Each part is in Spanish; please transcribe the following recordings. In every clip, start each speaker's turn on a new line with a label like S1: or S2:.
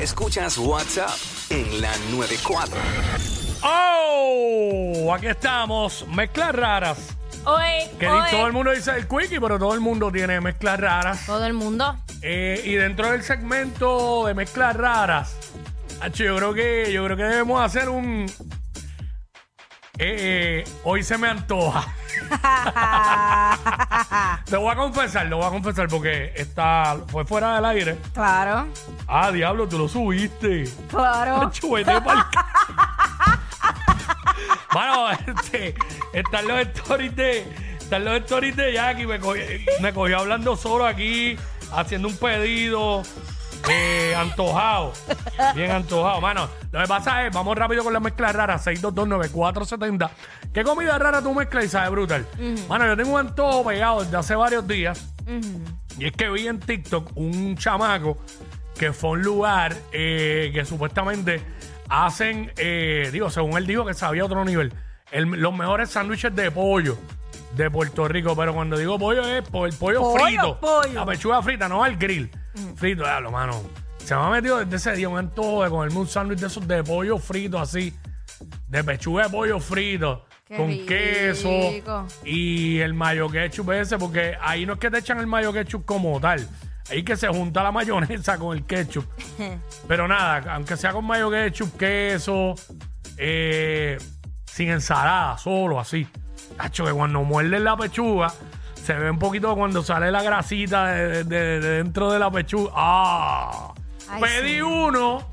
S1: Escuchas WhatsApp en la 94.
S2: ¡Oh! Aquí estamos. Mezclas raras.
S3: Oe,
S2: Que
S3: oe.
S2: todo el mundo dice el quickie, pero todo el mundo tiene mezclas raras.
S3: Todo el mundo.
S2: Eh, y dentro del segmento de mezclas raras, acho, yo creo que yo creo que debemos hacer un. eh, eh, hoy se me antoja. Te voy a confesar, lo voy a confesar porque está, fue fuera del aire.
S3: Claro,
S2: Ah, diablo, tú lo subiste.
S3: claro.
S2: Chúvete pa'l ca- Mano, este, están los stories de. Están los stories de Jackie. Me cogió, me cogió hablando solo aquí, haciendo un pedido. eh, antojado. Bien antojado. Mano, lo que pasa es, vamos rápido con la mezcla rara, 6229470. ¿Qué comida rara tú mezclas y sabe brutal? Mano, yo tengo un antojo pegado desde hace varios días. Y es que vi en TikTok un chamaco que fue a un lugar eh, que supuestamente hacen, eh, digo, según él dijo que sabía otro nivel, el- los mejores sándwiches de pollo de Puerto Rico. Pero cuando digo pollo es po- el pollo,
S3: Pollo,
S2: frito.
S3: pollo. Mm.
S2: La pechuga frita, no al grill. Frito, ya lo mano. Se me ha metido desde ese día un antojo de comerme un sándwich de esos de pollo frito así. De pechuga de pollo frito.
S3: Qué
S2: con
S3: rico.
S2: queso. Y el mayo ketchup ese, porque ahí no es que te echan el mayo ketchup como tal. Ahí que se junta la mayonesa con el ketchup. Pero nada, aunque sea con mayo ketchup, queso, eh, sin ensalada, solo así. Hacho, que cuando muerden la pechuga, se ve un poquito cuando sale la grasita de, de- de dentro de la pechuga. ¡Ah!
S3: Ay,
S2: Pedí
S3: sí.
S2: uno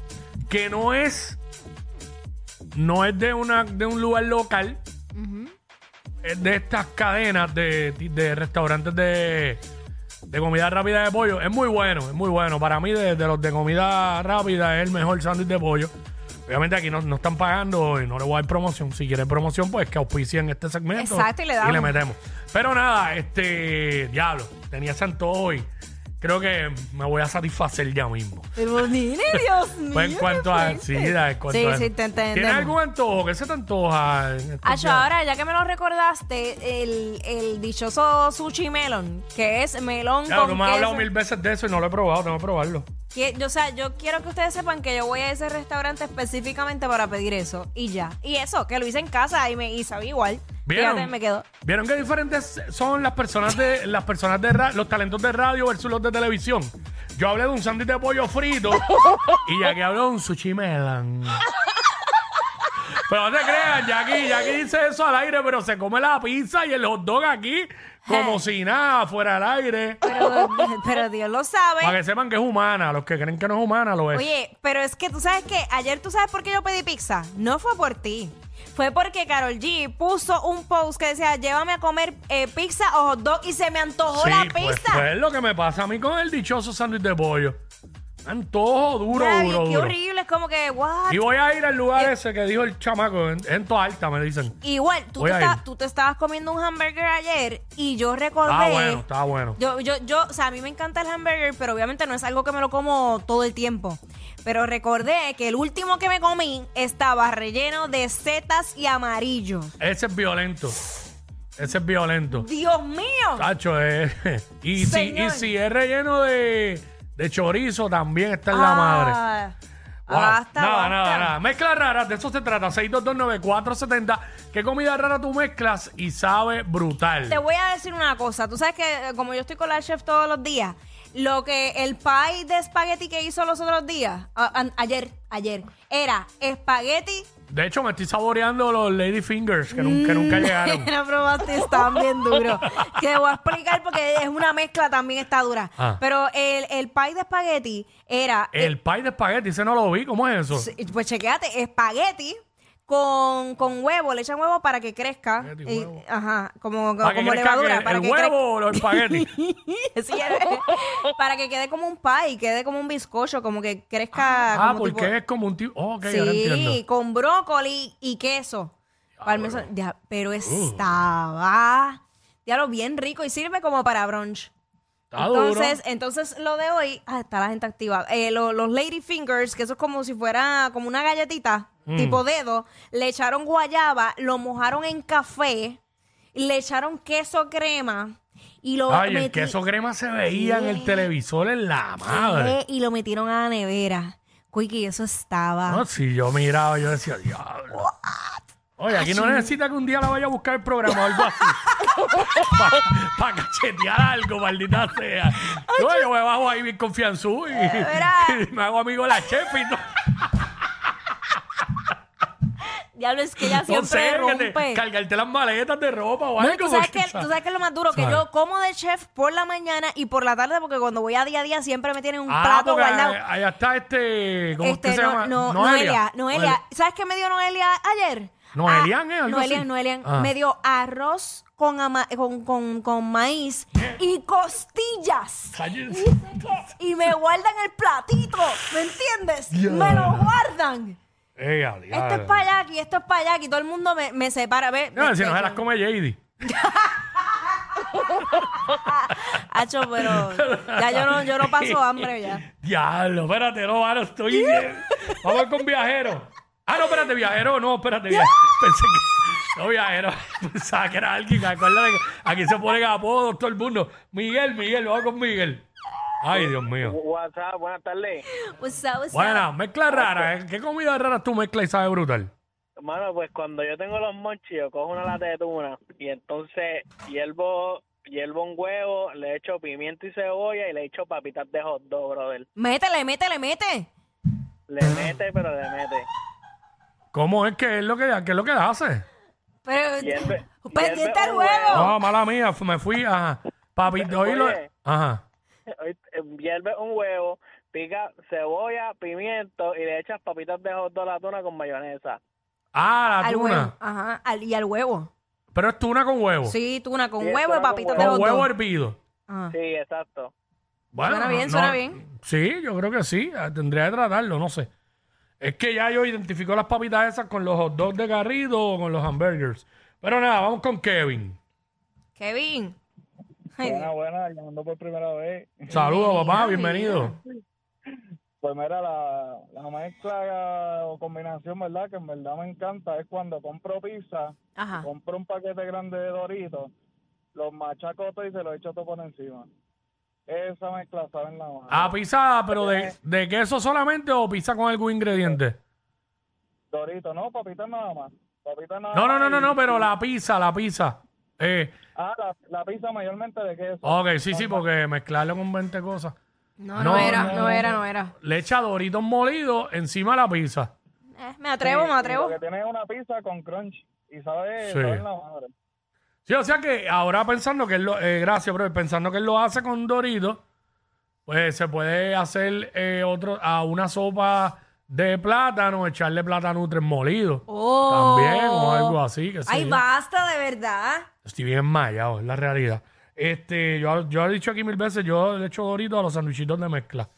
S2: que no es. No es de, una, de un lugar local. Es eh, de estas cadenas de, de restaurantes de, de comida rápida de pollo. Es muy bueno, es muy bueno. Para mí, de, de los de comida rápida, es el mejor sándwich de pollo. Obviamente aquí no, no están pagando y no le voy a dar promoción. Si quieren promoción, pues que auspicien este segmento.
S3: Exacto, y le damos.
S2: metemos. Pero nada, este, diablo, tenía ese antojo y creo que me voy a satisfacer ya mismo.
S3: Pero nene, Dios mío.
S2: Pues en
S3: qué
S2: cuanto a...
S3: fuerte.
S2: Sí, da, en cuanto
S3: sí,
S2: a-
S3: sí, te
S2: ¿Tiene
S3: entendemos.
S2: algún antojo? ¿Qué se te antoja? en estos
S3: Acho,
S2: días?
S3: ahora, ya que me lo recordaste, el, el dichoso sushi melon, que es melón
S2: Claro,
S3: con
S2: tú me has hablado
S3: queso.
S2: mil veces de eso y no lo he probado, tengo que probarlo.
S3: Que- yo- o sea, yo quiero que ustedes sepan que yo voy a ese restaurante específicamente para pedir eso, y ya. Y eso, que lo hice en casa y, me, y sabía igual. Fíjate, me quedó.
S2: ¿Vieron qué diferentes son las personas de las personas de ra- los talentos de radio versus los de televisión? Yo hablé de un sándwich de pollo frito y Jackie habló de un sushi melan. Pero no te creas, Jackie, Jackie dice eso al aire, pero se come la pizza y el hot dog aquí
S3: Eh.
S2: como si nada fuera al aire.
S3: Pero, pero Dios lo sabe.
S2: Para que sepan que es humana, los que creen que no es humana lo es.
S3: Oye, pero es que tú sabes que ayer tú sabes por qué yo pedí pizza. No fue por ti. Fue porque Carol G puso un post que decía, llévame a comer eh, pizza o hot dog y se me antojó la
S2: sí, pues,
S3: pizza.
S2: pues es lo que me pasa a mí con el dichoso sándwich de pollo. Antojo duro,
S3: Gaby,
S2: duro,
S3: qué
S2: duro.
S3: horrible, es como que, what?
S2: Y voy a ir al lugar ese que dijo el chamaco, en, en Toa Alta, me dicen.
S3: Igual, tú
S2: Voy
S3: te,
S2: a
S3: esta-
S2: ir.
S3: tú te estabas comiendo un hamburger ayer y yo recordé...
S2: Está Ah, bueno, está bueno.
S3: Yo, yo, yo, o sea, a mí me encanta el hamburger, pero obviamente no es algo que me lo como todo el tiempo. Pero recordé que el último que me comí estaba relleno de setas y amarillo.
S2: Ese es violento. Ese es violento.
S3: Dios mío.
S2: Tacho, eh, y, si, y
S3: Señor.
S2: si es relleno de, de chorizo, también está en la madre. Wow.
S3: Ah, Basta,
S2: nada,
S3: basta.
S2: nada, nada. Mezclas raras, de eso se trata. 6229470. ¿Qué comida rara tú mezclas y sabe brutal?
S3: Te voy a decir una cosa. Tú sabes que eh, como yo estoy con la chef todos los días, lo que el pie de espagueti que hizo los otros días, a- an- ayer, ayer, era espagueti.
S2: De hecho, me estoy saboreando los Lady Fingers que, nun- que
S3: Mm.
S2: nunca llegaron.
S3: No probaste, estaban bien duros. Que voy a explicar porque es una mezcla, también está dura.
S2: Ah.
S3: Pero el, el pie de espagueti era. eh,
S2: El pie de espagueti, ese no lo vi. ¿Cómo es eso?
S3: Pues chequéate, espagueti con, con huevo, le echan huevo para que crezca.
S2: Espagueti,
S3: Y-
S2: huevo.
S3: ajá, como,
S2: Para que
S3: como
S2: crezca
S3: levadura.
S2: que-
S3: para
S2: el
S3: que crezca.
S2: huevo o los espaguetis.
S3: Sí, es- para que quede como un pie, quede como un bizcocho, como que crezca.
S2: ah,
S3: como
S2: porque
S3: tipo-
S2: es como un tipo. Oh, ok, ahora
S3: Sí,
S2: entiendo. Ah,
S3: con brócoli y queso. Parmesano. Ya,
S2: Uh.
S3: pero estaba. Ya lo bien rico y sirve como para brunch.
S2: Está
S3: entonces,
S2: duro.
S3: entonces lo de hoy, ah, está la gente activa. Eh, lo- los lady fingers, que eso es como si fuera como una galletita,
S2: Mm.
S3: tipo dedo, le echaron guayaba, lo mojaron en café, le echaron queso crema y lo
S2: Ay, el
S3: metí-
S2: queso crema se veía en el televisor en la madre.
S3: Eh, y lo metieron a la nevera. Quickie, eso estaba.
S2: No, si yo miraba, yo decía, diablo. Oye, aquí no necesita que un día la vaya a buscar el programa o algo así. Para cachetear algo, maldita sea. No, yo me bajo ahí bien confianzú y,
S3: Eh, verá.
S2: y me hago amigo de la chef y todo.
S3: Diablo, es que ella
S2: No
S3: siempre
S2: sé, que te-
S3: rompe.
S2: cargarte las maletas de ropa o
S3: No,
S2: algo.
S3: tú, sabes que,
S2: porque,
S3: tú sabes que es lo más duro, que
S2: ¿sabes?
S3: yo como de chef por la mañana y por la tarde, porque cuando voy a día a día siempre me tienen un
S2: Ah,
S3: plato
S2: porque
S3: guardado.
S2: Allá está este. ¿Cómo
S3: Este,
S2: usted se
S3: no-
S2: llama?
S3: no, Noelia, Noelia. ¿Sabes qué me dio Noelia ayer?
S2: Noelian,
S3: Ah,
S2: ¿eh? Algo
S3: Noelian,
S2: así.
S3: Noelian.
S2: Ah.
S3: Me dio arroz con, ama- con, con, con maíz y costillas.
S2: Cállese.
S3: Y, sé que- y me guardan el platito, ¿me entiendes? Me lo guardan.
S2: Ey,
S3: Esto Este es para allá aquí, esto es para allá aquí. Todo el mundo me, me separa. Ve,
S2: No,
S3: ve-
S2: si no
S3: ve-
S2: se las come JD.
S3: Hacho, pero ya yo no, yo no paso hambre ya.
S2: Diablo, espérate, no, ahora estoy. eh, Vamos con viajero. Ah, no, espérate, viajero, no, espérate, viajero. Pensé que. No, viajero. Pensaba que era alguien. que Acuérdate que aquí se ponen apodos todo el mundo. Miguel, Miguel, vamos con Miguel. Ay, Dios mío.
S4: WhatsApp, buenas tardes.
S3: What's up, what's up?
S2: Buena, mezcla rara. ¿eh? ¿Qué comida rara tú mezclas y sabe brutal?
S4: Hermano, pues cuando yo tengo los monchis, yo cojo una lata de tuna y entonces hiervo, hiervo un huevo, le echo pimiento y cebolla y le echo papitas de hot dog, brother.
S3: Métele, métele, mete.
S4: Le mete, pero le mete.
S2: ¿Cómo es que es lo que, qué es lo que hace?
S3: Pero
S4: Hierve-
S3: pendiente
S4: hierve
S3: al
S4: un
S3: huevo.
S2: No, mala mía, fu- me fui, ajá. Papito,
S4: Oye.
S2: oílo. Ajá.
S4: Hoy, eh, Hierve un huevo, pica cebolla, pimiento y le echas papitas de hot dog a la tuna con mayonesa.
S2: Ah, la
S3: Al huevo.
S2: tuna.
S3: Ajá, al- y al huevo.
S2: Pero es tuna con huevo.
S3: Sí, tuna con
S4: Sí,
S3: huevo y
S4: tuna con
S3: papitas de
S2: Con
S3: hot dog.
S2: huevo hervido.
S3: Ajá.
S4: Sí, exacto.
S2: Bueno,
S3: Suena bien, suena bien.
S2: Sí, yo creo que sí. Ah, Tendría que tratarlo, no sé. Es que ya yo identifico las papitas esas con los hot dogs de Garrido o con los hamburgers. Pero nada, vamos con Kevin.
S3: Kevin. Ay, Dios.
S4: buena, llamando por primera vez.
S2: Saludos, papá,
S3: Bienvenido.
S2: bienvenido.
S4: Pues mira, la, la mezcla o combinación, ¿verdad? Que en verdad me encanta es cuando compro pizza.
S3: Ajá.
S4: compro un paquete grande de Doritos, los machaco todo y se los echo todo por encima. Esa mezcla sabe en la hoja.
S2: Ah, pizza, pero de, de queso solamente o pizza con algún ingrediente.
S4: Doritos, no, papitas nada más. Papitas nada
S2: No, no,
S4: más
S2: no, no,
S4: y-
S2: no, pero la pizza, la pizza. Eh,
S4: Ah, la, la pizza mayormente de queso.
S2: ok, sí, sí, porque mezclarlo con 20 cosas.
S3: No, no,
S2: No,
S3: era, no,
S2: no.
S3: era, no era.
S2: Le echa doritos molidos encima de la pizza.
S3: Eh, me atrevo, me atrevo.
S4: Porque tiene una pizza con crunch y sabe,
S2: Sí.
S4: sabe en la madre.
S2: Sí, o sea que ahora pensando que él lo, eh, gracias, bro, pensando que él lo hace con Doritos, pues se puede hacer eh, otro, a una sopa de plátano, echarle plátano nutre molido.
S3: Oh.
S2: También, o algo así, qué sé
S3: Ay,
S2: yo.
S3: basta, de verdad.
S2: Estoy bien mallado, es la realidad. Este, yo, yo he dicho aquí mil veces, yo le echo Doritos a los sandwichitos de mezcla.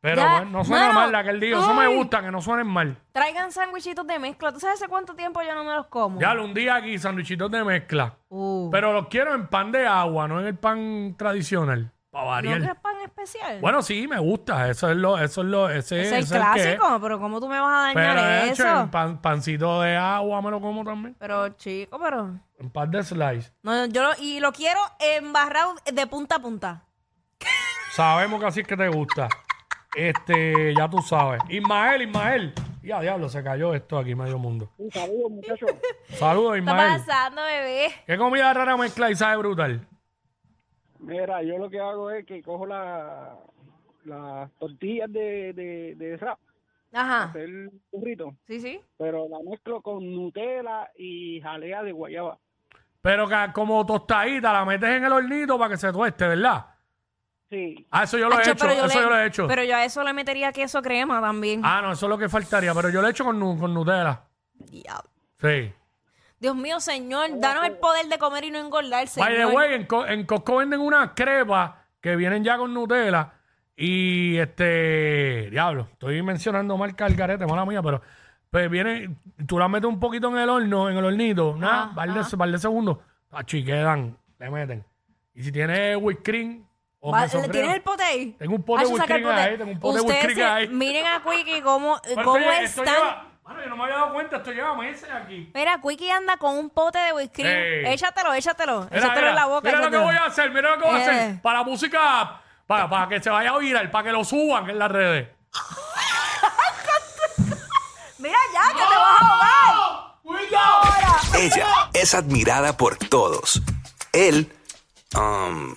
S2: Pero
S3: Ya,
S2: bueno, no suena
S3: mano,
S2: mal la que él dijo. Eso me
S3: ay.
S2: gusta, que no suenen mal.
S3: Traigan sándwichitos de mezcla. ¿Tú sabes hace cuánto tiempo yo no me los como?
S2: Ya, un día aquí, sandwichitos de mezcla.
S3: Uh.
S2: Pero los quiero en pan de agua, no en el pan tradicional. Para variar.
S3: ¿No crees pan especial?
S2: Bueno, sí, me gusta. Eso es lo, eso es lo, ese,
S3: Ese es
S2: ese
S3: el
S2: que es.
S3: clásico, pero ¿cómo tú me vas a dañar
S2: Pero de
S3: eso?
S2: hecho, en pan- pancito de agua me lo como también.
S3: Pero chico, pero...
S2: En pan de slice.
S3: No, yo lo- y lo quiero embarrado de punta a punta.
S2: Sabemos que así es que te gusta. Este, ya tú sabes. Ismael, Ismael. Ya, diablo, se cayó esto aquí, medio mundo.
S4: Saludos, muchachos.
S2: Saludos,
S3: ¿Qué está
S2: Ismael.
S3: pasando, bebé?
S2: ¿Qué comida rara mezcla y sabe brutal?
S4: Mira, yo lo que hago es que cojo la, las tortillas de, de, de rap,
S3: Ajá.
S4: el burrito,
S3: Sí, sí.
S4: pero la mezclo con Nutella y jalea de guayaba.
S2: Pero que como tostadita, la metes en el hornito para que se tueste, ¿verdad?
S4: Sí,
S2: Ah, eso yo lo
S3: Acho,
S2: he hecho.
S3: pero
S2: Eso
S3: le-
S2: yo lo he hecho.
S3: Pero yo a eso le metería queso crema también.
S2: Ah, no, eso es lo que faltaría, pero yo lo he hecho con, nu- con Nutella.
S3: Diablo.
S2: Sí.
S3: Dios mío, señor, danos el poder de comer y no engordar, señor.
S2: By the way, en, Co- en Costco venden unas crepas que vienen ya con Nutella. Y este, diablo, estoy mencionando marca al carete, mala mía, pero pues viene, tú las metes un poquito en el horno, en el hornito,
S3: Ah,
S2: nada, par de, par de segundos, achi, quedan, le meten. Y si tiene whipped cream o
S3: Va-
S2: queso
S3: ¿Le
S2: crema-
S3: tienes el pote ahí?
S2: Tengo un pote de
S3: Hacho,
S2: whipped
S3: saca el
S2: cream
S3: pote.
S2: ahí, tengo un pote de
S3: Ustedes
S2: whipped cream
S3: se-
S2: ahí.
S3: Miren a Quickie cómo,
S2: Pero esto
S3: cómo
S2: lle- esto
S3: están.
S2: lleva- Mano, yo no me había dado cuenta, esto lleva meses aquí.
S3: Mira, Quickie anda con un pote de whipped cream.
S2: Ey.
S3: Échatelo, échatelo.
S2: Mira,
S3: échatelo
S2: mira,
S3: en la boca.
S2: mira lo que
S3: échatelo.
S2: voy a hacer, mira lo que voy a
S3: Eh.
S2: hacer. Para la música, para, para que se vaya a viral, para que lo suban en las redes.
S3: Mira ya, que te vas a ahogar.
S1: Ella es admirada por todos. Él, um,